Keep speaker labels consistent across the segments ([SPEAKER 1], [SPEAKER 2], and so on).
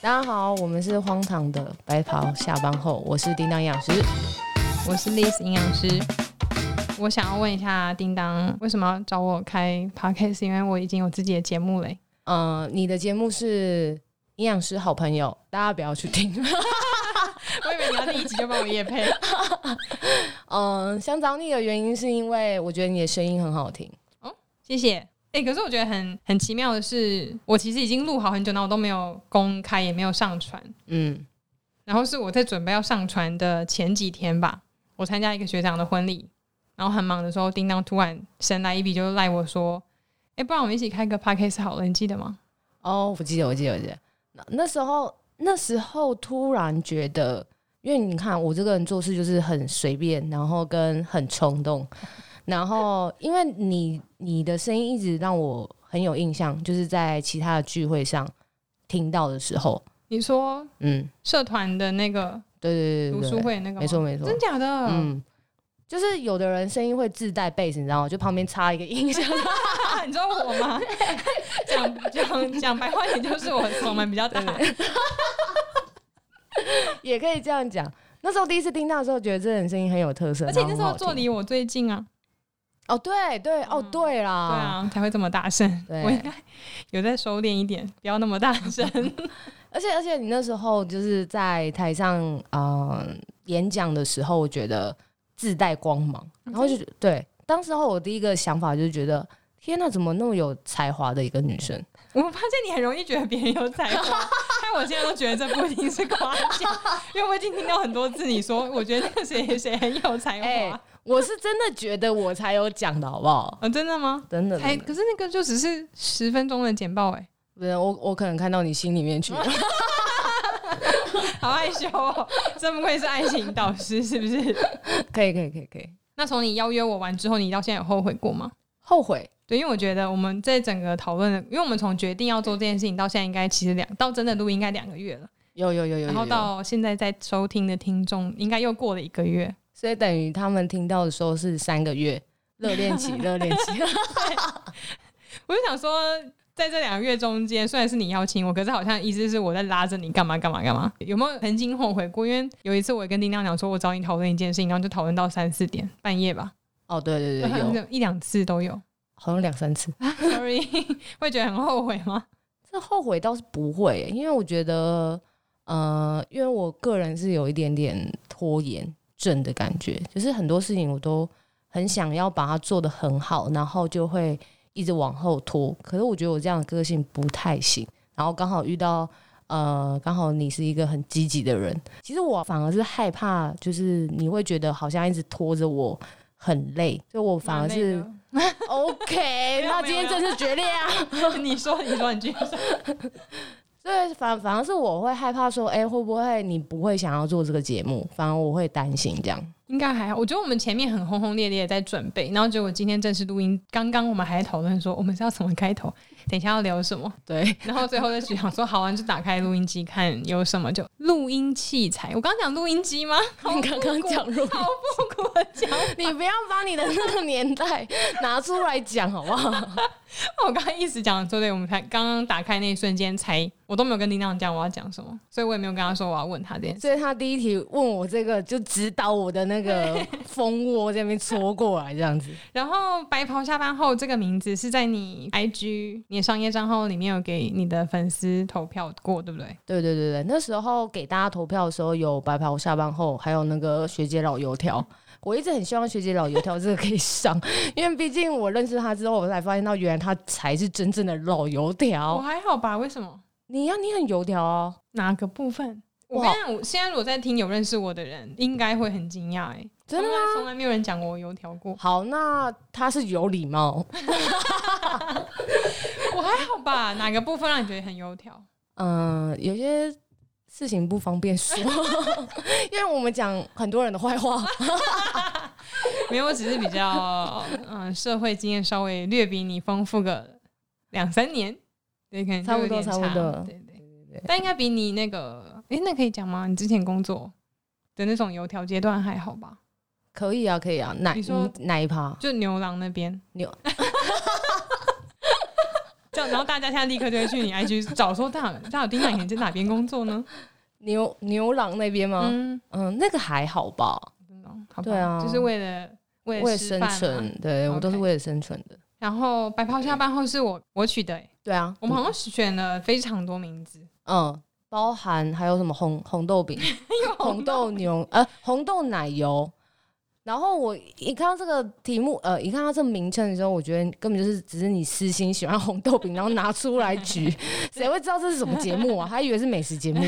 [SPEAKER 1] 大家好，我们是荒唐的白袍。下班后，我是叮当营养师。
[SPEAKER 2] 我是 Liz 营养师。我想要问一下叮当，为什么要找我开 podcast？因为我已经有自己的节 目嘞。
[SPEAKER 1] 嗯、你的节目是营养师好朋友，大家不要去听。
[SPEAKER 2] 我以为你要第一集就帮我夜配。
[SPEAKER 1] 嗯、想找你的原因是因为我觉得你的声音很好听。
[SPEAKER 2] 谢谢。哎、可是我觉得很很奇妙的是，我其实已经录好很久，然后我都没有公开，也没有上传。
[SPEAKER 1] 嗯，
[SPEAKER 2] 然后是我在准备要上传的前几天吧，我参加一个学长的婚礼，然后很忙的时候，叮当突然神来一笔就赖我说：“哎、不然我们一起开个 podcast 好了，你记得吗
[SPEAKER 1] 哦，我记得，我记得，我记得。那那时候，那时候突然觉得，因为你看我这个人做事就是很随便，然后跟很冲动， 然后因为你你的声音一直让我很有印象，就是在其他的聚会上听到的时候，？”
[SPEAKER 2] 你说
[SPEAKER 1] 嗯，
[SPEAKER 2] 社团的那个
[SPEAKER 1] 对对对
[SPEAKER 2] 读
[SPEAKER 1] 对
[SPEAKER 2] 书
[SPEAKER 1] 对，
[SPEAKER 2] 会那个吗
[SPEAKER 1] 没错没错
[SPEAKER 2] 真，假的？嗯，
[SPEAKER 1] 哦嗯，就是有的人声音会自带贝斯，你知道吗？就旁边插一个音箱，
[SPEAKER 2] 啊，你知道我吗？讲讲讲白话点，就是我嗓门比较大。
[SPEAKER 1] 也可以这样讲。那时候第一次听到的时候，觉得这人声音很有特色，
[SPEAKER 2] 而且
[SPEAKER 1] 然后
[SPEAKER 2] 那时
[SPEAKER 1] 很
[SPEAKER 2] 候
[SPEAKER 1] 好
[SPEAKER 2] 坐
[SPEAKER 1] 听
[SPEAKER 2] 离我最近啊，
[SPEAKER 1] 哦，对对哦，对啦，
[SPEAKER 2] 对啊，才会这么大声。
[SPEAKER 1] 对
[SPEAKER 2] 我应该有在收敛一点，不要那么大 声。
[SPEAKER 1] 而且而且你那时候就是在台上呃演讲的时候，我觉得自带光芒，然后就
[SPEAKER 2] 嗯
[SPEAKER 1] 觉得对，当时候我第一个想法就是觉得。天呐，怎么那么有才华的一个女生？
[SPEAKER 2] 我发现你很容易觉得别人有才 华，害我现在都觉得这不一定是夸奖，因为我已经听到很多次你说，我觉得那个谁谁很有才华。
[SPEAKER 1] 哎我是真的觉得我才有讲的好不好？
[SPEAKER 2] 哦，真的吗？
[SPEAKER 1] 真的，
[SPEAKER 2] 才
[SPEAKER 1] 真的
[SPEAKER 2] 可是那个就只是十分钟的简报哎、
[SPEAKER 1] 不是我，我可能看到你心里面 去了。
[SPEAKER 2] 好害羞哦！真不愧是爱情导师，是不是？
[SPEAKER 1] 可以，可以，可以，可以。
[SPEAKER 2] 那从你邀约我完之后，你到现在有后悔过吗？
[SPEAKER 1] 后悔，
[SPEAKER 2] 对，因为我觉得我们在整个讨论的，因为我们从决定要做这件事情到现在，应该其实两到真的录音应该两个月了，
[SPEAKER 1] 有有有有有。
[SPEAKER 2] 然后
[SPEAKER 1] 有，
[SPEAKER 2] 到现在在收听的听众应该又过了一个月，
[SPEAKER 1] 所以等于他们听到的时候是三个月热恋期，热恋 期。
[SPEAKER 2] 我就想说，在这两个月中间，虽然是你邀请我，可是好像一直是我在拉着你干嘛干嘛干嘛。有没有曾经后悔过？因为有一次我也跟丁亮讲说，我找你讨论一件事情，然后就讨论到三四点半夜吧，
[SPEAKER 1] 哦，对对对，有，
[SPEAKER 2] 一两次 都有。
[SPEAKER 1] 好像两三次。
[SPEAKER 2] Sorry，会觉得很后悔吗？
[SPEAKER 1] 这后悔倒是不会耶、因为我觉得，呃，因为我个人是有一点点拖延症的感觉，就是很多事情我都很想要把它做得很好，然后就会一直往后拖。可是我觉得我这样的个性不太行，然后刚好遇到。呃，刚好你是一个很积极的人，其实我反而是害怕，就是你会觉得好像一直拖着我很累，所以我反而是 OK。
[SPEAKER 2] 有
[SPEAKER 1] 那
[SPEAKER 2] 没有
[SPEAKER 1] 今天正式决裂啊！
[SPEAKER 2] 你说，你说，你继续说。
[SPEAKER 1] 所以反反而是我会害怕说，哎、会不会你不会想要做这个节目？反而我会担心这样。
[SPEAKER 2] 应该还好，我觉得我们前面很轰轰烈烈地在准备，然后结果今天正式录音，刚刚我们还在讨论说我们是要怎么开头，等一下要聊什么，
[SPEAKER 1] 对，
[SPEAKER 2] 然后最后就想说好啊，就打开录音机看有什么就录音器材。我刚讲录音机吗？
[SPEAKER 1] 你刚刚讲入，
[SPEAKER 2] 好复古的讲法，
[SPEAKER 1] 你不要把你的那个年代拿出来讲好不好？
[SPEAKER 2] 我刚刚一直讲说对，我们才刚刚打开那一瞬间才，我都没有跟叮当讲我要讲什么，所以我也没有跟他说我要问他这件事。
[SPEAKER 1] 所以他第一题问我这个，就指导我的那个蜂窝这边戳过来这样子。
[SPEAKER 2] 然后白袍下班后这个名字是在你 IG 你的商业账号里面有给你的粉丝投票过，对不对？
[SPEAKER 1] 对对对对，那时候给大家投票的时候，有白袍下班后，还有那个学姐老油条。我一直很希望学姐老油条这个可以上， 因为毕竟我认识她之后，我才发现到原来她才是真正的老油条
[SPEAKER 2] 我。还好吧？为什么？
[SPEAKER 1] 你呀、你很油条哦。
[SPEAKER 2] 哪个部分？我
[SPEAKER 1] 哇
[SPEAKER 2] 跟你讲，我现在如果在听有认识我的人，应该会很惊讶哎，
[SPEAKER 1] 真的，
[SPEAKER 2] 吗？从来没有人讲我油条过
[SPEAKER 1] 好，那他是有礼貌。
[SPEAKER 2] 我还好吧？哪个部分让你觉得很油条？
[SPEAKER 1] 嗯、有些事情不方便说， 因为我们讲很多人的坏话。
[SPEAKER 2] 没有，我只是比较 嗯、社会经验稍微略比你丰富个两三年，对，可能就有点
[SPEAKER 1] 差不多差不多
[SPEAKER 2] 对对对，但应该比你那个诶，那可以讲吗？你之前工作的那种油条阶段还好吧？
[SPEAKER 1] 可以啊，可以啊，哪
[SPEAKER 2] 你说
[SPEAKER 1] 哪一趴？
[SPEAKER 2] 就牛郎那边，
[SPEAKER 1] 牛
[SPEAKER 2] 这样，然后大家现在立刻就会去你 IG 找说大大小丁娜以前在哪边工作呢？
[SPEAKER 1] 牛牛郎那边吗？
[SPEAKER 2] 嗯，
[SPEAKER 1] 嗯那个还好吧，
[SPEAKER 2] 真的哦好吧
[SPEAKER 1] 对啊
[SPEAKER 2] 就是为了为
[SPEAKER 1] 为
[SPEAKER 2] 了
[SPEAKER 1] 了
[SPEAKER 2] 吃
[SPEAKER 1] 生
[SPEAKER 2] 饭嘛
[SPEAKER 1] 存，对我都是
[SPEAKER 2] OK
[SPEAKER 1] 为了生存的。
[SPEAKER 2] 然后白袍下班后是我我取的欸、
[SPEAKER 1] 对啊，
[SPEAKER 2] 我们好像选了非常多名字，
[SPEAKER 1] 嗯，包含还有什么红红豆 饼、红豆牛呃红豆奶油。然后我一看到这个题目，呃，一看到这名称的时候，我觉得根本就是只是你私心喜欢红豆饼，然后拿出来 举，谁会知道这是什么节目啊？还以为是美食节目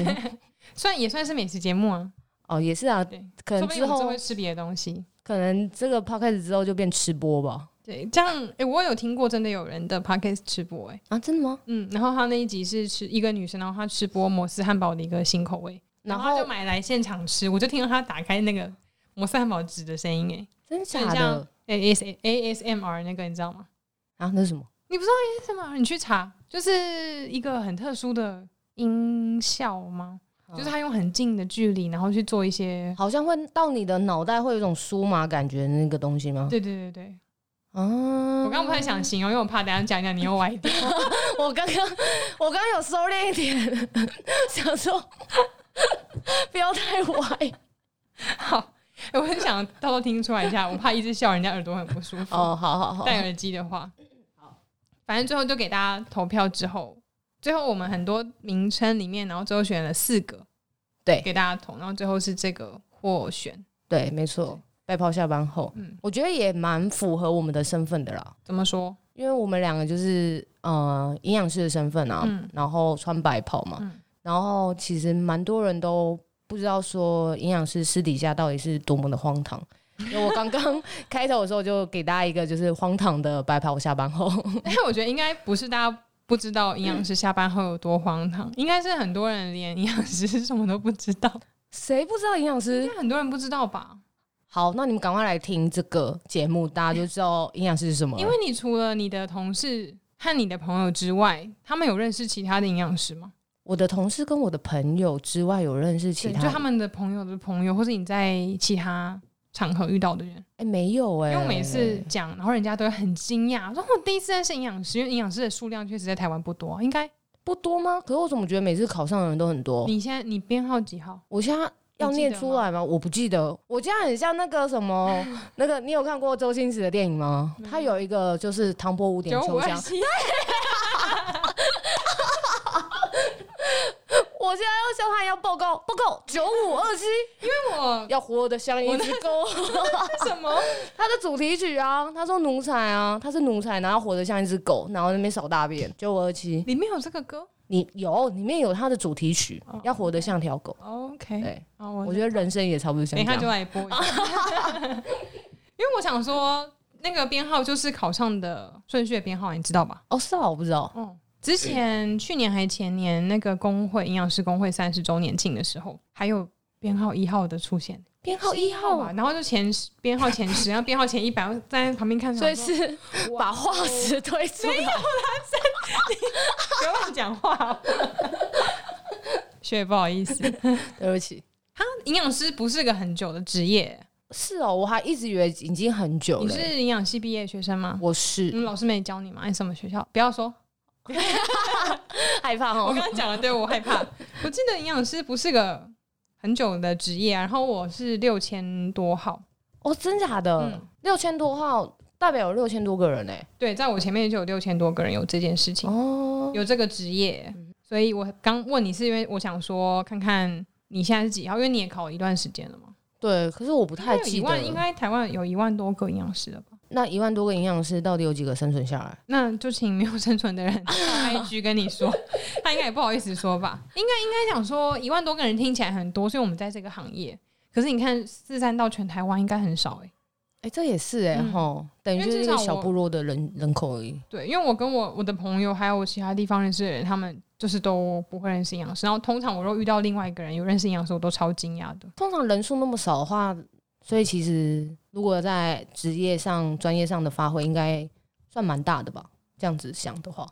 [SPEAKER 2] 算也算是美食节目啊，
[SPEAKER 1] 哦，也是啊，
[SPEAKER 2] 对，
[SPEAKER 1] 可
[SPEAKER 2] 说
[SPEAKER 1] 能
[SPEAKER 2] 不定
[SPEAKER 1] 之
[SPEAKER 2] 我们
[SPEAKER 1] 后
[SPEAKER 2] 会吃别的东西。
[SPEAKER 1] 可能这个 p o d c a s t 之后就变吃播吧？
[SPEAKER 2] 对，这样哎、我有听过真的有人的 podcast 吃播哎、
[SPEAKER 1] 啊，真的吗？
[SPEAKER 2] 嗯，然后他那一集是吃一个女生，然后她吃播摩斯汉堡的一个新口味，
[SPEAKER 1] 然
[SPEAKER 2] 然
[SPEAKER 1] 后
[SPEAKER 2] 后她就买来现场吃，我就听到她打开那个摩斯汉堡纸的声音哎、
[SPEAKER 1] 真
[SPEAKER 2] 就很
[SPEAKER 1] 假
[SPEAKER 2] 像
[SPEAKER 1] 的
[SPEAKER 2] A S A S M R 那个你知道吗
[SPEAKER 1] 啊？那是什么？
[SPEAKER 2] ？A S M R 你去查，就是一个很特殊的音效吗？就是他用很近的距离，然后去做一些，
[SPEAKER 1] 好像会到你的脑袋会有一种酥麻感觉的那个东西吗？
[SPEAKER 2] 对对对对，
[SPEAKER 1] 啊，
[SPEAKER 2] 我刚刚不太想形容，因为我怕等一下讲一讲你又歪掉。
[SPEAKER 1] 我刚刚我刚刚有收敛一点， 想说不要太歪
[SPEAKER 2] 好，欸我很想到时候听出来一下，我怕一直笑人家耳朵很不舒服。
[SPEAKER 1] 哦，好好好，嗯
[SPEAKER 2] 戴耳机的话，反正最后就给大家投票之后，最后我们很多名称里面，然后最后选了四个
[SPEAKER 1] 对
[SPEAKER 2] 给大家投，然后最后是这个获选。
[SPEAKER 1] 对，没错，白袍下班后，
[SPEAKER 2] 嗯
[SPEAKER 1] 我觉得也蛮符合我们的身份的啦，
[SPEAKER 2] 怎么说？
[SPEAKER 1] 因为我们两个就是呃营养师的身份啊，
[SPEAKER 2] 嗯
[SPEAKER 1] 然后穿白袍嘛，
[SPEAKER 2] 嗯
[SPEAKER 1] 然后其实蛮多人都不知道说营养师私底下到底是多么的荒唐。因为我刚刚 开头的时候就给大家一个就是荒唐的白袍下班后，
[SPEAKER 2] 嗯但是我觉得应该不是大家不知道营养师下班后有多荒唐，应该是很多人连营养师是什么都不知 道，
[SPEAKER 1] 谁不知道营养师
[SPEAKER 2] 应该很多人不知道吧？
[SPEAKER 1] 好，那你们赶快来听这个节目，大家就知道营养师是什么了。
[SPEAKER 2] 因为你除了你的同事和你的朋友之外，他们有认识其他的营养师吗？
[SPEAKER 1] 我的同事跟我的朋友之外，有认识其
[SPEAKER 2] 对
[SPEAKER 1] 他
[SPEAKER 2] 就
[SPEAKER 1] 人，
[SPEAKER 2] 他们的朋友的朋友，或是你在其他场合遇到的人。
[SPEAKER 1] 哎、没有哎、
[SPEAKER 2] 因为我每次讲，然后人家都会很惊讶，说我第一次认识营养师，因为营养师的数量确实在台湾不多。应该
[SPEAKER 1] 不多吗？可是我怎么觉得每次考上的人都很多？
[SPEAKER 2] 你现在你编号几号？
[SPEAKER 1] 我现在要念出来吗？我不记得，我现在很像那个什 么，那个你有看过周星驰的电影吗？他有一个就是《唐伯虎点
[SPEAKER 2] 九五
[SPEAKER 1] 秋
[SPEAKER 2] 二
[SPEAKER 1] 香》，
[SPEAKER 2] 七。
[SPEAKER 1] 我现在要向他要报告，报告九五二 七，
[SPEAKER 2] 我
[SPEAKER 1] 要活得像一只狗。
[SPEAKER 2] 是什么？
[SPEAKER 1] 他的主题曲啊，他说奴才啊，他是奴才，然后活得像一只狗，然后在那边扫大便，九五二七，
[SPEAKER 2] 里面有这个歌
[SPEAKER 1] 你有里面有他的主题曲，
[SPEAKER 2] 哦
[SPEAKER 1] 要活得像条狗。
[SPEAKER 2] ？OK，
[SPEAKER 1] 对，
[SPEAKER 2] 哦，
[SPEAKER 1] 我
[SPEAKER 2] 我
[SPEAKER 1] 觉得人生也差不多像
[SPEAKER 2] 等一
[SPEAKER 1] 这
[SPEAKER 2] 下就
[SPEAKER 1] 样。
[SPEAKER 2] 来播一下， 因为我想说那个编号就是考上的顺序的编号，你知道吧？
[SPEAKER 1] 哦，是啊，我不知道。
[SPEAKER 2] 嗯，之前去年还前年那个工会营养师工会三十周年庆的时候，还有编号一号的出现，
[SPEAKER 1] 编号一号
[SPEAKER 2] 吧，
[SPEAKER 1] 啊，
[SPEAKER 2] 然后就前十编号前十，然后编号前一百，我站在旁边看，
[SPEAKER 1] 所以
[SPEAKER 2] 想说哦
[SPEAKER 1] 是把化石推出来。
[SPEAKER 2] 不要乱讲话。 雪不好意思，
[SPEAKER 1] 对不起，
[SPEAKER 2] 他营养师不是个很久的职业，
[SPEAKER 1] 是哦，我还一直以为已经很久
[SPEAKER 2] 你
[SPEAKER 1] 了。欸
[SPEAKER 2] 是营养系毕业的学生吗？
[SPEAKER 1] 我是
[SPEAKER 2] 嗯，老师没教你吗？你什么学校？不要说，
[SPEAKER 1] 害怕
[SPEAKER 2] 我
[SPEAKER 1] 哦
[SPEAKER 2] 刚。刚讲了，对我害怕。我记得营养师不是个很久的职业啊、然后我是六千多号，
[SPEAKER 1] 哦，真假的
[SPEAKER 2] 嗯，
[SPEAKER 1] 六千多号代表有六千多个人哎。
[SPEAKER 2] 对，在我前面就有六千多个人有这件事情，
[SPEAKER 1] 哦，
[SPEAKER 2] 有这个职业，
[SPEAKER 1] 嗯
[SPEAKER 2] 所以我刚问你是因为我想说看看你现在是几号，因为你也考了一段时间了嘛，
[SPEAKER 1] 对，可是我不
[SPEAKER 2] 应
[SPEAKER 1] 太
[SPEAKER 2] 该有
[SPEAKER 1] 记
[SPEAKER 2] 一
[SPEAKER 1] 得
[SPEAKER 2] 万，应
[SPEAKER 1] 了。
[SPEAKER 2] 该台湾有一万多个营养 师了吧？
[SPEAKER 1] 那一万多个营养师到底有几个生存下来？
[SPEAKER 2] 那就请没有生存的人上 IG 跟你说，他应该也不好意思说吧？应该应该想说一万多个人听起来很多，所以我们在这个行业。可是你看，四散到全台湾应该很少哎、
[SPEAKER 1] 哎、这也是哎、
[SPEAKER 2] 嗯
[SPEAKER 1] 吼、等于
[SPEAKER 2] 因
[SPEAKER 1] 就
[SPEAKER 2] 为
[SPEAKER 1] 是一
[SPEAKER 2] 至
[SPEAKER 1] 个
[SPEAKER 2] 少
[SPEAKER 1] 小
[SPEAKER 2] 我
[SPEAKER 1] 部落的人人口而已。
[SPEAKER 2] 对，因为我跟我我的朋友还有我其他地方认识的人，他们就是都不会认识营养师。然后通常我若遇到另外一个人有认识营养师，我都超惊讶的。
[SPEAKER 1] 通常人数那么少的话，所以其实如果在职业上、专业上的发挥，应该算蛮大的吧？这样子想的话，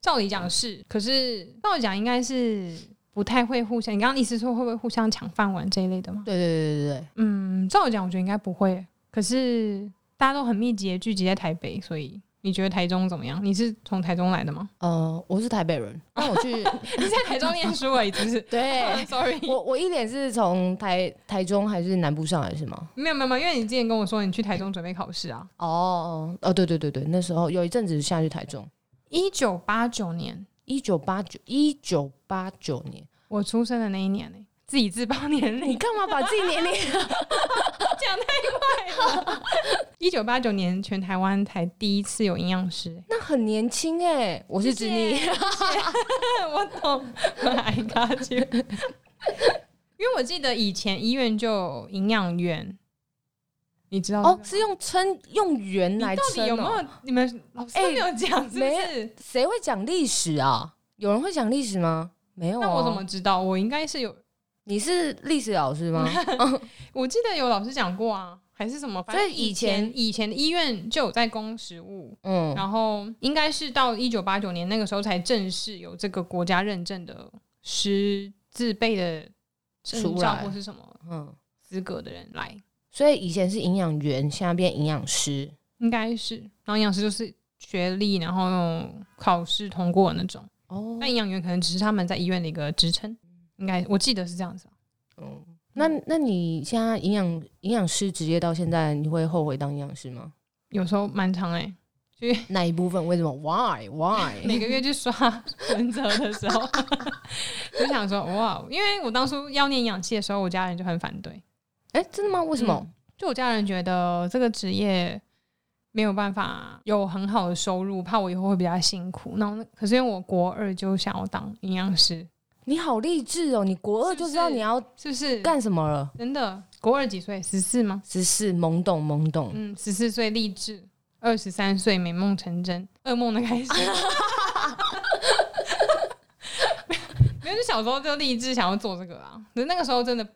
[SPEAKER 2] 照理讲是，可是照理讲应该是不太会互相。你刚刚意思说会不会互相抢饭碗这一类的吗？
[SPEAKER 1] 对对对对对，
[SPEAKER 2] 嗯，照理讲我觉得应该不会。可是大家都很密集的聚集在台北，所以你觉得台中怎么样？你是从台中来的吗？
[SPEAKER 1] 呃，我是台北人，那我去，
[SPEAKER 2] 你在台中念书而已，只 是
[SPEAKER 1] 对
[SPEAKER 2] sorry，
[SPEAKER 1] 我我一脸是从台台中还是南部上来是吗？
[SPEAKER 2] 没有没有没有，因为你之前跟我说你去台中准备考试啊。
[SPEAKER 1] 哦哦，对对对对，那时候有一阵子下去台中，
[SPEAKER 2] 一九八九年，
[SPEAKER 1] 一九八九一九八九年，
[SPEAKER 2] 我出生的那一年呢、欸自己自报年
[SPEAKER 1] 你
[SPEAKER 2] 龄，
[SPEAKER 1] 干嘛把自己年龄？
[SPEAKER 2] 讲太快了。 一九八九年，全台湾才第一次有营养师、 欸
[SPEAKER 1] 那很年轻哎、我是指你，
[SPEAKER 2] 我懂，I got you。因为我记得以前医院就有营养院，你知道
[SPEAKER 1] 哦，
[SPEAKER 2] 这个
[SPEAKER 1] 是用称用元
[SPEAKER 2] 你
[SPEAKER 1] 来
[SPEAKER 2] 到底
[SPEAKER 1] 称
[SPEAKER 2] 有没
[SPEAKER 1] 哦、
[SPEAKER 2] 有你们老师
[SPEAKER 1] 哎
[SPEAKER 2] 没有讲是不是？
[SPEAKER 1] 谁会讲历史啊？有人会讲历史吗？没有、哦。
[SPEAKER 2] 那我怎么？知道？我应该是有，
[SPEAKER 1] 你是历史老师吗？
[SPEAKER 2] 我记得有老师讲过啊，还是什么？反
[SPEAKER 1] 所以
[SPEAKER 2] 正以
[SPEAKER 1] 以前
[SPEAKER 2] 前以前的医院就有在供食物，
[SPEAKER 1] 嗯，
[SPEAKER 2] 然后应该是到一九八九年那个时候才正式有这个国家认证的师自备的证
[SPEAKER 1] 出
[SPEAKER 2] 照
[SPEAKER 1] 来
[SPEAKER 2] 或是什么
[SPEAKER 1] 嗯，
[SPEAKER 2] 资格的人来。
[SPEAKER 1] 所以以前是营养员，现在变营养师。
[SPEAKER 2] 应该是。然后营养师就是学历，然后用考试通过的那种。
[SPEAKER 1] 哦
[SPEAKER 2] 那营养员可能只是他们在医院的一个职称，应该我记得是这样子啊吧。
[SPEAKER 1] 嗯，那那你现在营养营养师职业到现在，你会后悔当营养师吗？
[SPEAKER 2] 有时候蛮长哎、
[SPEAKER 1] 那一部分为什么？Why
[SPEAKER 2] 每
[SPEAKER 1] Why？
[SPEAKER 2] 个月去刷存折的时候， 就想说哇，哦因为我当初要念氧气的时候，我家人就很反对。
[SPEAKER 1] 哎、真的吗？为什么？
[SPEAKER 2] 嗯就我家人觉得这个职业没有办法有很好的收入，怕我以后会比较辛苦。那我可是因为我国二就想要当营养师，
[SPEAKER 1] 你好励志哦！你国二
[SPEAKER 2] 是不
[SPEAKER 1] 就是知道你要
[SPEAKER 2] 是不是？
[SPEAKER 1] 干什么了，
[SPEAKER 2] 真的，国二几岁？十四吗？
[SPEAKER 1] 只是懵懂懵懂。
[SPEAKER 2] 嗯，十四岁励志，二十三岁美梦成真，噩梦的开始。没有，就小时候就励志想要做这个啊，可是那个时候真的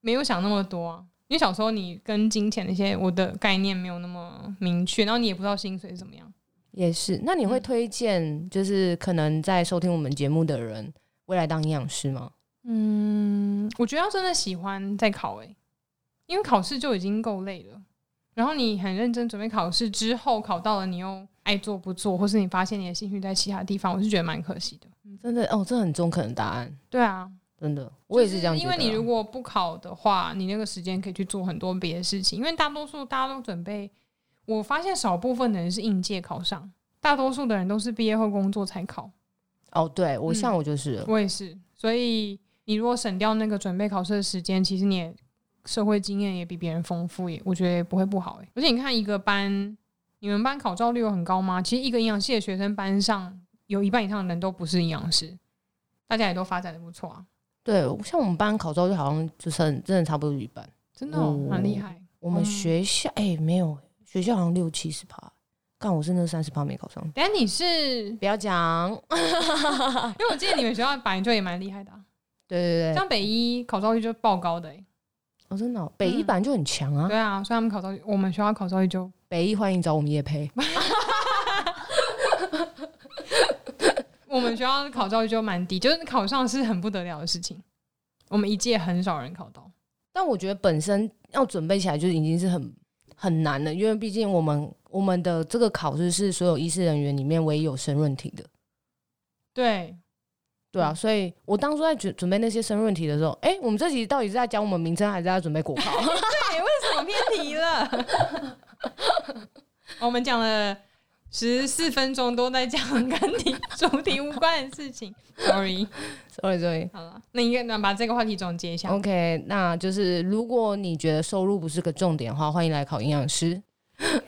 [SPEAKER 2] 没有想那么多啊，因为小时候你跟金钱那些我的概念没有那么明确，然后你也不知道薪水是怎么样。
[SPEAKER 1] 也是，那你会
[SPEAKER 2] 嗯
[SPEAKER 1] 推荐就是可能在收听我们节目的人，未来当营养师吗？
[SPEAKER 2] 嗯，我觉得要真的喜欢再考诶、因为考试就已经够累了，然后你很认真准备考试之后，考到了你又爱做不做，或是你发现你的兴趣在其他地方，我是觉得蛮可惜的。
[SPEAKER 1] 真的哦，这很中肯的答案，
[SPEAKER 2] 对啊，
[SPEAKER 1] 真的，我也是这样觉
[SPEAKER 2] 因
[SPEAKER 1] 得啊。
[SPEAKER 2] 为你如果不考的话，你那个时间可以去做很多别的事情。因为大多数大家都准备，我发现少部分的人是应届考上，大多数的人都是毕业后工作才考。
[SPEAKER 1] 哦，对我
[SPEAKER 2] 嗯
[SPEAKER 1] 像我就是了，
[SPEAKER 2] 我也是，所以你如果省掉那个准备考试的时间，其实你也社会经验也比别人丰富，也我觉得也不会不好、欸。而且你看一个班，你们班考照率有很高吗？其实一个营养系的学生班上有一半以上的人都不是营养师，大家也都发展的不错啊，
[SPEAKER 1] 对，像我们班考照就好像就剩真的差不多一半。
[SPEAKER 2] 真的、哦
[SPEAKER 1] 嗯
[SPEAKER 2] 很厉害。
[SPEAKER 1] 我们
[SPEAKER 2] 嗯
[SPEAKER 1] 学校哎、没有学校好像六七十趴，干我是那三十趴没考上。
[SPEAKER 2] 等一下你是，因
[SPEAKER 1] 不要讲，
[SPEAKER 2] 为我记得你们学校本来就也蛮厉害的、啊，
[SPEAKER 1] 对对对，
[SPEAKER 2] 像北医考照率就爆高的、欸，
[SPEAKER 1] 哦真的哦、北一
[SPEAKER 2] 嗯
[SPEAKER 1] 本来就很强啊，
[SPEAKER 2] 对啊，所以他们考照率，我们学校考照率就
[SPEAKER 1] 北一欢迎找我们叶培，
[SPEAKER 2] 我们学校的考照率就蛮低， 就是考上是很不得了的事情。我们一届很少人考到，
[SPEAKER 1] 但我觉得本身要准备起来就已经是很很难了，因为毕竟我们我们的这个考试是所有医师人员里面唯一有申论题的，
[SPEAKER 2] 对，
[SPEAKER 1] 对啊，
[SPEAKER 2] 嗯
[SPEAKER 1] 所以我当初在准准备那些申论题的时候，哎、我们这集到底是在讲我们名称，还是在准备国考？
[SPEAKER 2] 对，为什么偏题了？我们讲了十四分钟都在讲跟题 主题无关的事情，sorry。
[SPEAKER 1] 所以所以。
[SPEAKER 2] 好了，那应该那把这个话题总结一下。
[SPEAKER 1] OK，那就是如果你觉得收入不是个重点的话，欢迎来考营养师。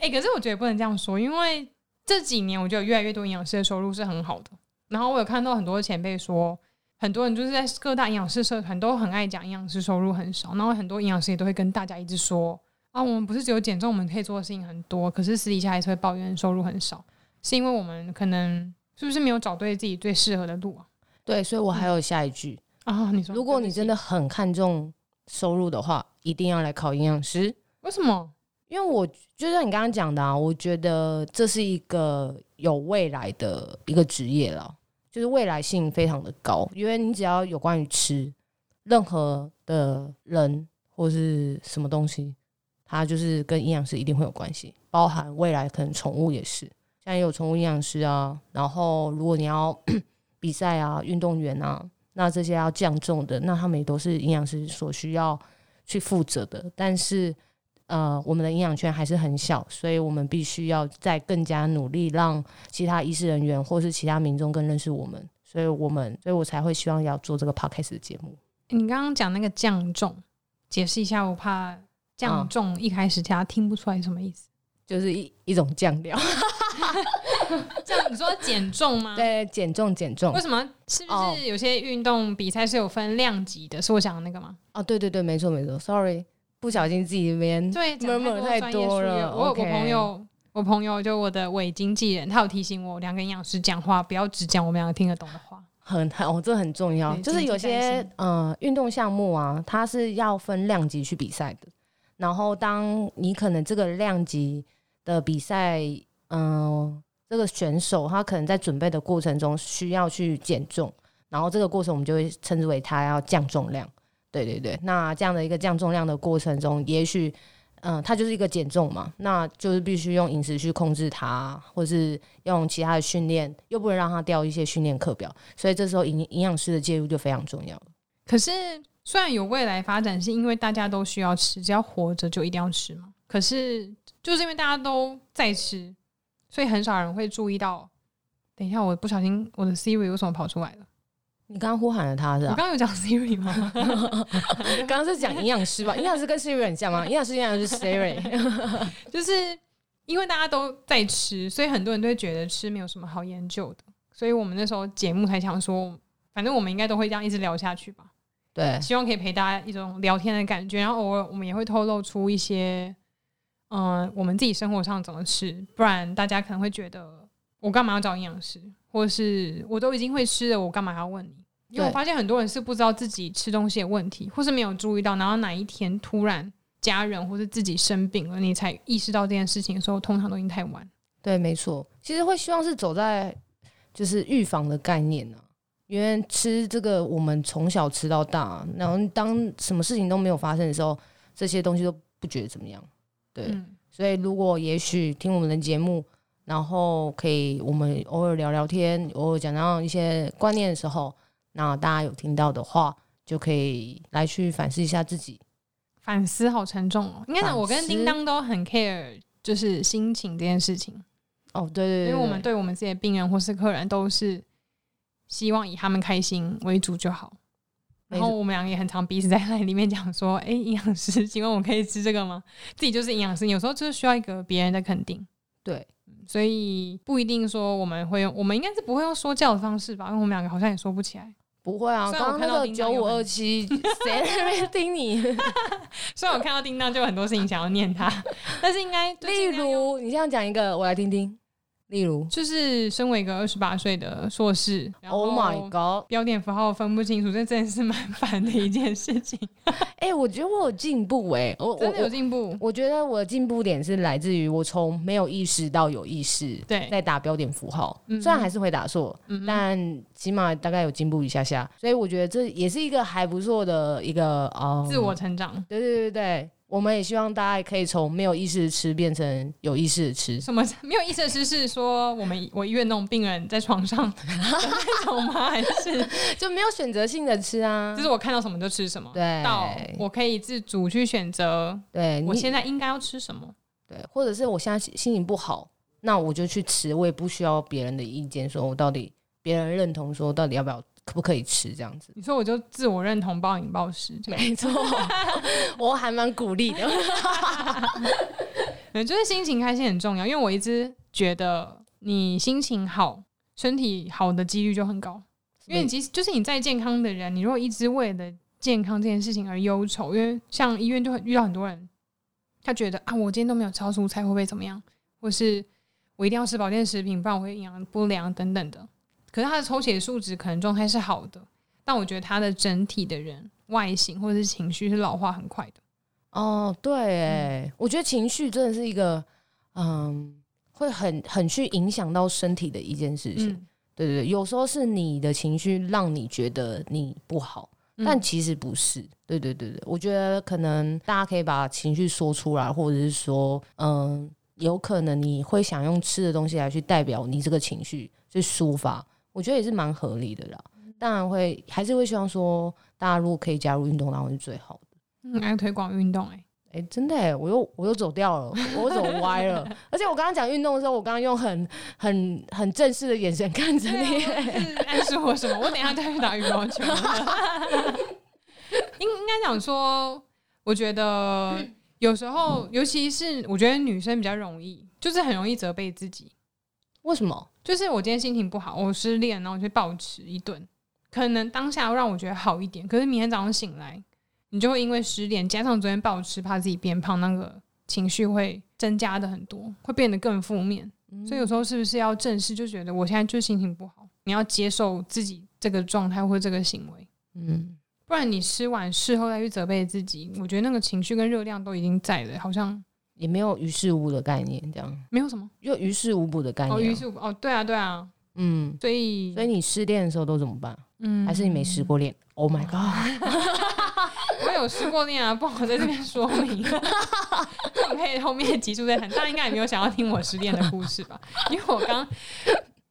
[SPEAKER 2] 哎、可是我觉得不能这样说，因为这几年我觉得有越来越多营养师的收入是很好的。然后我有看到很多前辈说，很多人就是在各大营养师社团都很爱讲营养师收入很少，然后很多营养师也都会跟大家一直说啊，我们不是只有减重，我们可以做的事情很多，可是私底下还是会抱怨收入很少，是因为我们可能是不是没有找对自己最适合的路啊？
[SPEAKER 1] 对，所以我还有下一句：
[SPEAKER 2] 啊，你说，
[SPEAKER 1] 如果你真
[SPEAKER 2] 的
[SPEAKER 1] 的很看重收入的话，一定要来考营养师。
[SPEAKER 2] 为什么？
[SPEAKER 1] 因为我就像你刚刚讲的啊，我觉得这是一个有未来的一个职业了，就是未来性非常的高，因为你只要有关于吃，任何的人或是什么东西，它就是跟营养师一定会有关系，包含未来可能宠物也是。像也有宠物营养师啊，然后如果你要 比赛啊、运动员啊，那这些要降重的，那他们也都是营养师所需要去负责的。但是，呃，我们的营养圈还是很小，所以我们必须要再更加努力，让其他医师人员或是其他民众更认识我们。所以我们，所以我才会希望要做这个 podcast 的节目。
[SPEAKER 2] 欸你刚刚讲那个降重，解释一下，我怕降
[SPEAKER 1] 嗯
[SPEAKER 2] 重一开始大家听不出来是什么意思。
[SPEAKER 1] 就是一 一种酱料，
[SPEAKER 2] 这样你说减重吗？。
[SPEAKER 1] 对，减重减重
[SPEAKER 2] 为什么？是不
[SPEAKER 1] 哦
[SPEAKER 2] 是有些运动比赛是有分量级的？是我讲的那个吗？
[SPEAKER 1] 啊，对对对，没错没错，sorry，不小心自己那边
[SPEAKER 2] 对，讲
[SPEAKER 1] murmur
[SPEAKER 2] 太
[SPEAKER 1] 太
[SPEAKER 2] 专业术
[SPEAKER 1] 多
[SPEAKER 2] 语
[SPEAKER 1] 了
[SPEAKER 2] 我有我
[SPEAKER 1] OK
[SPEAKER 2] 朋友，我朋友就我的伪经纪人，他有提醒我，两个营养师讲话不要只讲我们两个听得懂的话。
[SPEAKER 1] 很很哦，这很重要，
[SPEAKER 2] 对
[SPEAKER 1] 就是有
[SPEAKER 2] 经济带
[SPEAKER 1] 些
[SPEAKER 2] 薪
[SPEAKER 1] 呃运动项目啊，它是要分量级去比赛的。然后，当你可能这个量级的比赛，嗯、这个选手他可能在准备的过程中需要去减重，然后这个过程我们就会称之为他要降重量。对对对，那这样的一个降重量的过程中，也许，嗯、它就是一个减重嘛，那就是必须用饮食去控制它，或是用其他的训练，又不能让它掉一些训练课表，所以这时候营营养师的介入就非常重要了。
[SPEAKER 2] 可是虽然有未来发展，是因为大家都需要吃，只要活着就一定要吃嘛。可是就是因为大家都在吃，所以很少人会注意到。等一下，我不小心我的 Siri 为什么跑出来了？
[SPEAKER 1] 你刚刚呼喊了他是啊吧？
[SPEAKER 2] 我刚刚有讲 Siri 吗？
[SPEAKER 1] 刚刚是讲营养师吧？营养师跟 Siri 很像吗？营养师、营养师 Siri，
[SPEAKER 2] 就是因为大家都在吃，所以很多人都会觉得吃没有什么好研究的。所以我们那时候节目才想说，反正我们应该都会这样一直聊下去吧。
[SPEAKER 1] 对
[SPEAKER 2] 希望可以陪大家一种聊天的感觉，然后偶尔我们也会透露出一些，嗯、我们自己生活上怎么吃，不然大家可能会觉得我干嘛要找营养师，或是我都已经会吃了，我干嘛还要问你？因为我
[SPEAKER 1] 对
[SPEAKER 2] 发现很多人是不知道自己吃东西的问题，或是没有注意到，然后哪一天突然家人或是自己生病了，你才意识到这件事情的时候，通常都已经太晚。
[SPEAKER 1] 对，没错。其实会希望是走在就是预防的概念呢、因为吃这个我们从小吃到大，然后当什么事情都没有发生的时候，这些东西都不觉得怎么样。对，
[SPEAKER 2] 嗯，
[SPEAKER 1] 所以如果也许听我们的节目，然后可以我们偶尔聊聊天，偶尔讲到一些观念的时候，那大家有听到的话，就可以来去反思一下自己。
[SPEAKER 2] 反思好沉重哦。应该讲我
[SPEAKER 1] 反
[SPEAKER 2] 跟
[SPEAKER 1] 思
[SPEAKER 2] 叮当都很 care，就是心情这件事情。
[SPEAKER 1] 哦，对对对，
[SPEAKER 2] 因为我们对我们自己的病人或是客人都是希望以他们开心为主就好。
[SPEAKER 1] 没
[SPEAKER 2] 然
[SPEAKER 1] 错
[SPEAKER 2] 后我们俩也很常彼此在 line 里面讲说：“哎、营养师，请问我可以吃这个吗？”自己就是营养师，有时候就是需要一个别人的肯定，嗯
[SPEAKER 1] 对
[SPEAKER 2] 所以不一定说我们会用，我们应该是不会用说教的方式吧，因为我们两个好像也说不起来。
[SPEAKER 1] 不会啊，
[SPEAKER 2] 虽然我
[SPEAKER 1] 刚刚
[SPEAKER 2] 看
[SPEAKER 1] 那
[SPEAKER 2] 到
[SPEAKER 1] 个
[SPEAKER 2] 叮
[SPEAKER 1] 九
[SPEAKER 2] 当有
[SPEAKER 1] 五
[SPEAKER 2] 很
[SPEAKER 1] 二七，谁在那边盯 你？
[SPEAKER 2] 虽然我看到叮当就有很多事情想要念他，但是应该就
[SPEAKER 1] 例
[SPEAKER 2] 尽量用
[SPEAKER 1] 如，你这样讲一个，我来听听。例如
[SPEAKER 2] 就是身为一个二十八岁的硕士然后
[SPEAKER 1] ，Oh my god！
[SPEAKER 2] 标点符号分不清楚，这真的是蛮烦的一件事情。
[SPEAKER 1] 哎、我觉得我有进步哎、 我我
[SPEAKER 2] 真的有
[SPEAKER 1] 我
[SPEAKER 2] 进步。
[SPEAKER 1] 我觉得我的进步点是来自于我从没有意识到有意识，
[SPEAKER 2] 对，
[SPEAKER 1] 在打标点符号，
[SPEAKER 2] 嗯
[SPEAKER 1] 虽然还是会打错，
[SPEAKER 2] 嗯
[SPEAKER 1] 但起码大概有进步一下下，所以我觉得这也是一个还不错的一个呃
[SPEAKER 2] 自我。成长。
[SPEAKER 1] 对对对对，我们也希望大家也可以从没有意识的吃变成有意识的吃。
[SPEAKER 2] 什么没有意思的是是说我们我医院那种病人在床上 的那种吗？还 是
[SPEAKER 1] 就没有选择性的吃啊
[SPEAKER 2] 就。是我看到什么就吃什么？
[SPEAKER 1] 对
[SPEAKER 2] 到我可以自主去选择
[SPEAKER 1] 对，
[SPEAKER 2] 我
[SPEAKER 1] 你
[SPEAKER 2] 现在应该要吃什么。
[SPEAKER 1] 对，或者是我现在心心情不好，那我就去吃，我也不需要别人的意见，说我到底别人认同说到底要不要可不可以吃这样子。
[SPEAKER 2] 你说我就自我认同暴饮暴食，这样
[SPEAKER 1] 没 错，我还蛮鼓励的。
[SPEAKER 2] 嗯，就是心情开心很重要，因为我一直觉得你心情好，身体好的几率就很高。因为你其实就是你再健康的人，你如果一直为了健康这件事情而忧愁，因为像医院就很遇到很多人，他觉得啊，我今天都没有吃到蔬菜，会不会怎么样？或是我一定要吃保健食品，不然我会营养不良等等的。可是他的抽血数值可能状态是好的，但我觉得他的整体的人外形或者是情绪是老化很快的。
[SPEAKER 1] 哦，对欸，我觉得情绪真的是一个，嗯，会很很去影响到身体的一件事情。
[SPEAKER 2] 嗯，
[SPEAKER 1] 对对对，有时候是你的情绪让你觉得你不好，
[SPEAKER 2] 嗯
[SPEAKER 1] 但其实不是。对对对对，我觉得可能大家可以把情绪说出来，或者是说，嗯，有可能你会想用吃的东西来去代表你这个情绪去抒发，我觉得也是蛮合理的啦。
[SPEAKER 2] 嗯
[SPEAKER 1] 当然会还是会希望说，大家如果可以加入运动，当然是最好的。
[SPEAKER 2] 嗯，还有推广运动、欸，哎，
[SPEAKER 1] 哎、真的、欸，我又我又走掉了，我又走歪了。 而且我刚刚讲运动的时候，我刚刚用很很很正式的眼神
[SPEAKER 2] 啊
[SPEAKER 1] 看着你、
[SPEAKER 2] 是暗示我什么？我等一下再去打羽毛球。 应应该讲说，我觉得有时候，尤其是我觉得女生比较容易，就是很容易责备自己。
[SPEAKER 1] 为什么？
[SPEAKER 2] 就是我今天心情不好，我失恋，然后我去暴吃一顿，可能当下让我觉得好一点，可是明天早上醒来，你就会因为失恋，加上昨天暴吃，怕自己变胖，那个情绪会增加的很多，会变得更负面。所以有时候是不是要正视，就觉得我现在就心情不好，你要接受自己这个状态或这个行为，
[SPEAKER 1] 嗯，
[SPEAKER 2] 不然你吃完事后再去责备自己，我觉得那个情绪跟热量都已经在了，好像
[SPEAKER 1] 也没有于事无补的概念，这样
[SPEAKER 2] 没有什么。
[SPEAKER 1] 就于事无补的概念啊、
[SPEAKER 2] 哦，于是我哦，对啊，对啊，
[SPEAKER 1] 嗯，
[SPEAKER 2] 所以
[SPEAKER 1] 所以你失恋的时候都怎么办？
[SPEAKER 2] 嗯
[SPEAKER 1] 还是你没失过恋？Oh my god！
[SPEAKER 2] 我有失过恋啊，不好在这边说明。这我们可以后面集数再谈。大家应该也没有想要听我失恋的故事吧？因为我刚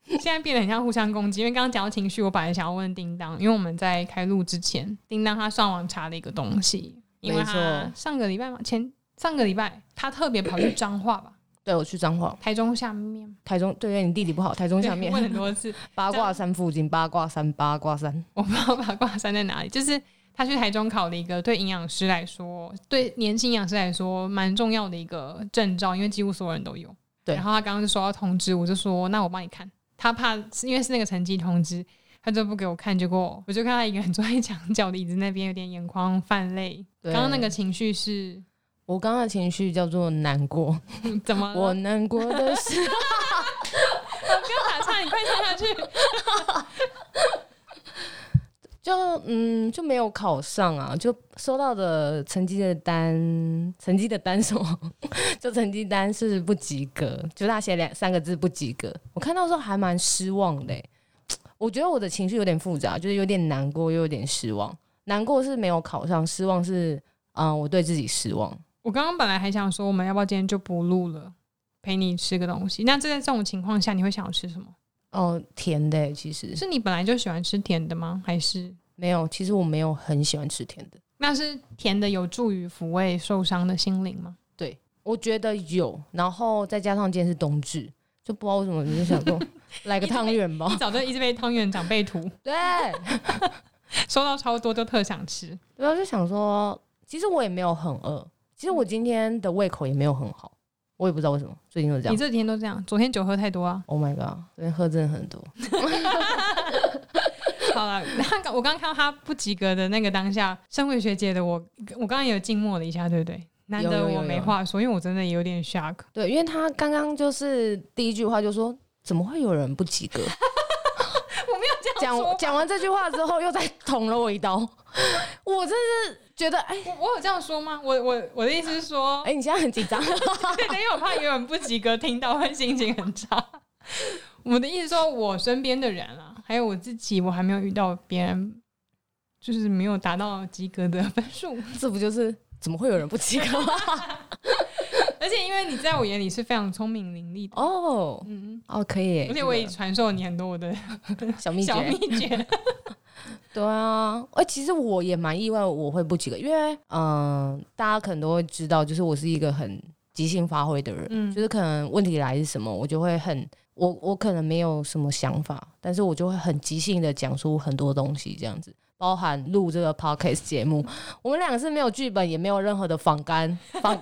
[SPEAKER 2] 现在变得很像互相攻击。因为刚刚讲到情绪，我本来想要问叮当，因为我们在开录之前，叮当他上网查了一个东西，因为
[SPEAKER 1] 没
[SPEAKER 2] 他
[SPEAKER 1] 错
[SPEAKER 2] 上个礼拜嘛，前上个礼拜他特别跑去彰化吧，
[SPEAKER 1] 对我去彰化、
[SPEAKER 2] 台中下面，
[SPEAKER 1] 台中，对，因为你弟弟不好，台中下面
[SPEAKER 2] 对 问很多次，
[SPEAKER 1] 八卦山附近，八卦山，八卦山，
[SPEAKER 2] 我不知道八卦山在哪里，就是他去台中考了一个对营养师来说，对年轻营养师来说蛮重要的一个证照，因为几乎所有人都有。
[SPEAKER 1] 对
[SPEAKER 2] 然后他刚刚就收到通知，我就说那我帮你看。他怕是因为是那个成绩通知，他就不给我看。结果我就看他一个人坐在墙角的椅子那边，有点眼眶泛泪。
[SPEAKER 1] 对
[SPEAKER 2] 刚刚那个情绪是
[SPEAKER 1] 我刚刚的情绪叫做难过，
[SPEAKER 2] 怎么了？
[SPEAKER 1] 我难过的是，
[SPEAKER 2] 不要打岔，你快唱下去。
[SPEAKER 1] 就嗯，就没有考上啊，就收到的成绩的单，成绩的单什么？ 就成绩单是不及格，就他写两三个字不及格。我看到的时候还蛮失望的欸、我觉得我的情绪有点复杂，就是有点难过，又有点失望。难过是没有考上，失望是嗯、我对自己失望。
[SPEAKER 2] 我刚刚本来还想说，我们要不要今天就不录了，陪你吃个东西。那这在这种情况下，你会想要吃什么？
[SPEAKER 1] 哦，甜的欸、其实
[SPEAKER 2] 是你本来就喜欢吃甜的吗？还是
[SPEAKER 1] 没有，其实我没有很喜欢吃甜的。
[SPEAKER 2] 那是甜的有助于抚慰受伤的心灵 吗？
[SPEAKER 1] 对，我觉得有，然后再加上今天是冬至，就不知道为什么你就想说来个汤圆吧
[SPEAKER 2] 你。早就一直被汤圆长辈图
[SPEAKER 1] 对，
[SPEAKER 2] 收到超多，就特想吃。
[SPEAKER 1] 然啊后就想说，其实我也没有很饿，其实
[SPEAKER 2] 嗯
[SPEAKER 1] 我今天的胃口也没有很好，我也不知道为什么，最近都这
[SPEAKER 2] 你
[SPEAKER 1] 样。
[SPEAKER 2] 这几天都这样，昨天酒喝太多啊。
[SPEAKER 1] Oh my god，昨天喝真的很多，
[SPEAKER 2] 好了，他 刚我刚刚看到他不及格的那个当下，身为学姐的我，我刚刚也有静默了一下，对不对？难得
[SPEAKER 1] 有有有
[SPEAKER 2] 我没
[SPEAKER 1] 有
[SPEAKER 2] 话说，因为我真的有点 shock。
[SPEAKER 1] 对，因为他刚刚就是第一句话就说，怎么会有人不及格？
[SPEAKER 2] 我没有这样
[SPEAKER 1] 讲
[SPEAKER 2] 说吧
[SPEAKER 1] 讲完这句话之后，又再捅了我一刀，我真是觉得，哎、
[SPEAKER 2] 我我有这样说吗？我我我的意思是说，
[SPEAKER 1] 哎、你现在很紧张，
[SPEAKER 2] 对的，因为我怕有人不及格听到会心情很差。我的意思说，我身边的人啊，还有我自己，我还没有遇到别人就是没有达到及格的分数，
[SPEAKER 1] 这不就是怎么会有人不及格吗？
[SPEAKER 2] 而且因为你在我眼里是非常聪明伶俐的，
[SPEAKER 1] 哦、
[SPEAKER 2] 嗯，
[SPEAKER 1] 哦，可以耶，
[SPEAKER 2] 而且
[SPEAKER 1] 这
[SPEAKER 2] 我
[SPEAKER 1] 个
[SPEAKER 2] 也传授你很多我的
[SPEAKER 1] 小秘
[SPEAKER 2] 小秘
[SPEAKER 1] 诀，
[SPEAKER 2] 诀，
[SPEAKER 1] 对啊，哎、其实我也蛮意外我会不及格，因为嗯、大家可能都会知道，就是我是一个很即兴发挥的人，
[SPEAKER 2] 嗯
[SPEAKER 1] 就是可能问题来是什么，我就会很我我可能没有什么想法，但是我就会很即兴的讲出很多东西，这样子。包含录这个 podcast 节目，我们两个是没有剧本，也没有任何的仿纲，仿纲
[SPEAKER 2] 仿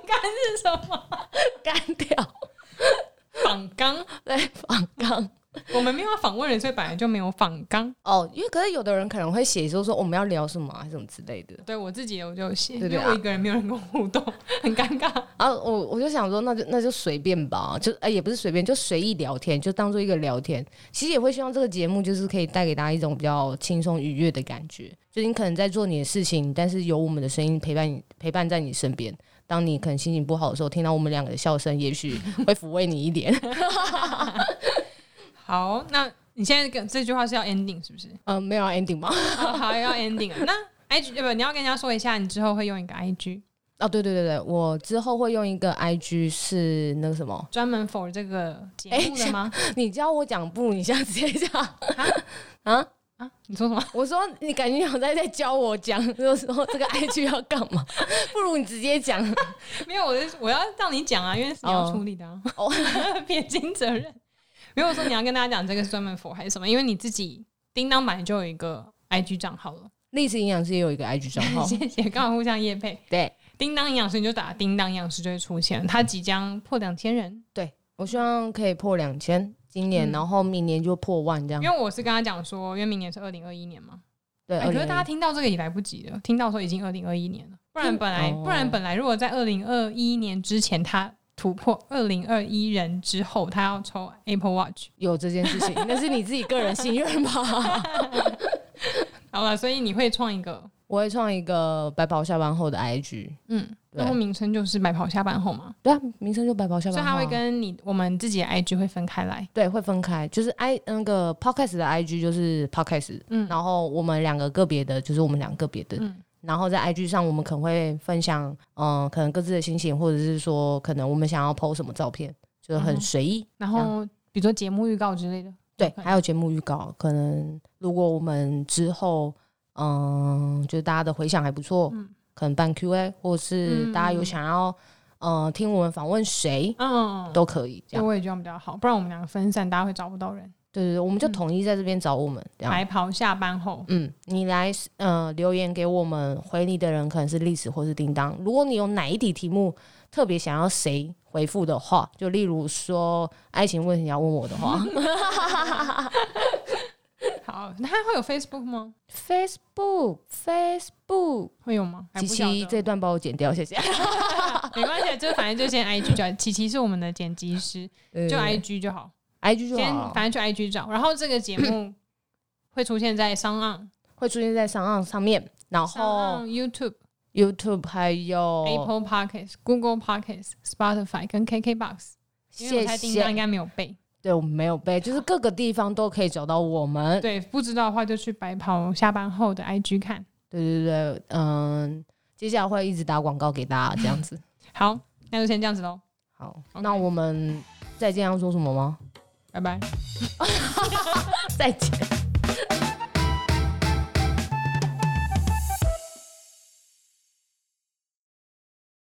[SPEAKER 2] 纲是什么？
[SPEAKER 1] 干掉，
[SPEAKER 2] 仿纲，
[SPEAKER 1] 对，仿纲。
[SPEAKER 2] 我们没有要访问人，所以本来就没有仿纲。
[SPEAKER 1] 哦，因为可是有的人可能会写说说我们要聊什么、啊、什么之类的，
[SPEAKER 2] 对我自己的我就有写，因
[SPEAKER 1] 对对
[SPEAKER 2] 为
[SPEAKER 1] 啊
[SPEAKER 2] 我一个人没有人跟我互动，很尴尬。
[SPEAKER 1] 然后啊我我就想说那就那就随便吧，就哎、也不是随便，就随意聊天，就当做一个聊天。其实也会希望这个节目就是可以带给大家一种比较轻松愉悦的感觉，就你可能在做你的事情，但是有我们的声音陪伴你陪伴在你身边。当你可能心情不好的时候，听到我们两个的笑声，也许会抚慰你一点。
[SPEAKER 2] 好，那你现在跟这句话是要 ending 是不是？
[SPEAKER 1] 嗯，没有要 ending 吗？
[SPEAKER 2] 啊好，要 ending 了。那 IG 呃不，你要跟人家说一下，你之后会用一个 IG
[SPEAKER 1] 哦，对对对对，我之后会用一个 IG 是那个什么，
[SPEAKER 2] 专门 for 这个节目的吗？
[SPEAKER 1] 你教我讲不如你下次接下
[SPEAKER 2] 啊，你说什么？
[SPEAKER 1] 我说你感觉好像在在教我讲， 就说这个 IG 要干嘛， 不如你直接讲。
[SPEAKER 2] 没有，我是我要让你讲啊，因为是你要
[SPEAKER 1] 哦
[SPEAKER 2] 处理的、啊，
[SPEAKER 1] 哦
[SPEAKER 2] 撇清责任。没有说你要跟大家讲这个是专门 for 还是什么，因为你自己叮当版就有一个 IG 账号了。
[SPEAKER 1] 历史营养师也有一个 IG 账 号，
[SPEAKER 2] 谢谢，刚好互相业配。
[SPEAKER 1] 对
[SPEAKER 2] 叮当营养师你就打叮当营养师就会出现，他即将破两千人。
[SPEAKER 1] 对，我希望可以破两千，今年、
[SPEAKER 2] 嗯
[SPEAKER 1] 然后明年就破万这样
[SPEAKER 2] 因。为我是跟他讲说，因为明年是二零二一年嘛，
[SPEAKER 1] 对，
[SPEAKER 2] 哎可是大家
[SPEAKER 1] 2021
[SPEAKER 2] 听到这个也来不及了，听到说已经二零二一年了，不然
[SPEAKER 1] 听
[SPEAKER 2] 本来、
[SPEAKER 1] 哦
[SPEAKER 2] 不然本来如果在二零二一年之前他突破二零二一人之后，他要抽 Apple Watch，
[SPEAKER 1] 有这件事 情，那是你自己个人信任 吧。
[SPEAKER 2] 好了，所以你会创一个，
[SPEAKER 1] 我会创一个白袍下班后的 IG，
[SPEAKER 2] 嗯，
[SPEAKER 1] 对
[SPEAKER 2] 然后名称就是白跑下班后嘛，
[SPEAKER 1] 对啊，嗯名称就白袍下
[SPEAKER 2] 所
[SPEAKER 1] 班
[SPEAKER 2] 以
[SPEAKER 1] 后啊、
[SPEAKER 2] 他会跟你我们自己的 IG 会分开来，
[SPEAKER 1] 对会分开，就是 I 那个 Podcast 的 IG 就是 Podcast，
[SPEAKER 2] 嗯
[SPEAKER 1] 然后我们两个个别的就是我们两个个别的，
[SPEAKER 2] 嗯
[SPEAKER 1] 然后在 IG 上我们可能会分享，嗯、可能各自的心情，或者是说可能我们想要 PO 什么照片，就是
[SPEAKER 2] 嗯
[SPEAKER 1] 很随意。
[SPEAKER 2] 然后比如说节目预告之类的，
[SPEAKER 1] 对，
[SPEAKER 2] 嗯
[SPEAKER 1] 还有节目预告，可能如果我们之后，嗯，就是大家的回响还不错，
[SPEAKER 2] 嗯
[SPEAKER 1] 可能办 Q&A，或是大家有想要，嗯、听我们访问谁
[SPEAKER 2] 嗯，
[SPEAKER 1] 都可以，这
[SPEAKER 2] 对，
[SPEAKER 1] 样。
[SPEAKER 2] 我也觉得比较好，不然我们两个分散，大家会找不到人。
[SPEAKER 1] 对对对，我们就
[SPEAKER 2] 嗯
[SPEAKER 1] 统一在这边找我们，这样。
[SPEAKER 2] 白袍下班后，
[SPEAKER 1] 嗯，你来呃留言给我们，回你的人可能是历史或是叮当。如果你有哪一题题目特别想要谁回复的话，就例如说爱情问题要问我的 话
[SPEAKER 2] 好，那他会有 Facebook 吗？
[SPEAKER 1] ，Facebook Facebook，
[SPEAKER 2] 会有吗？还
[SPEAKER 1] 琪
[SPEAKER 2] 不晓
[SPEAKER 1] 琪
[SPEAKER 2] 得。
[SPEAKER 1] 这段帮我剪掉， 谢谢。
[SPEAKER 2] 没关系，就反正就先 IG 找，琪琪是我们的剪辑师，就 IG 就好，
[SPEAKER 1] IG 呃就
[SPEAKER 2] 先
[SPEAKER 1] 好了，
[SPEAKER 2] 反正就 IG 找。然后这个节目会出现在商岸、
[SPEAKER 1] 会出现在上岸上面，然
[SPEAKER 2] 商
[SPEAKER 1] 后
[SPEAKER 2] 岸
[SPEAKER 1] 哦
[SPEAKER 2] YouTube、
[SPEAKER 1] YouTube 还有
[SPEAKER 2] Apple Podcasts、Google Podcasts、Spotify 跟 KKBox。因为我
[SPEAKER 1] 谢
[SPEAKER 2] 猜叮当应
[SPEAKER 1] 谢，
[SPEAKER 2] 该没有背，
[SPEAKER 1] 对我们没有背，就是各个地方都可以找到我们。
[SPEAKER 2] 对，不知道的话就去白袍下班后的 IG 看。
[SPEAKER 1] 对对对，嗯，接下来会一直打广告给大家这样子。
[SPEAKER 2] 好，那就先这样子喽，
[SPEAKER 1] 好
[SPEAKER 2] OK
[SPEAKER 1] 那我们再见要说什么吗？
[SPEAKER 2] 拜拜。
[SPEAKER 1] 再见。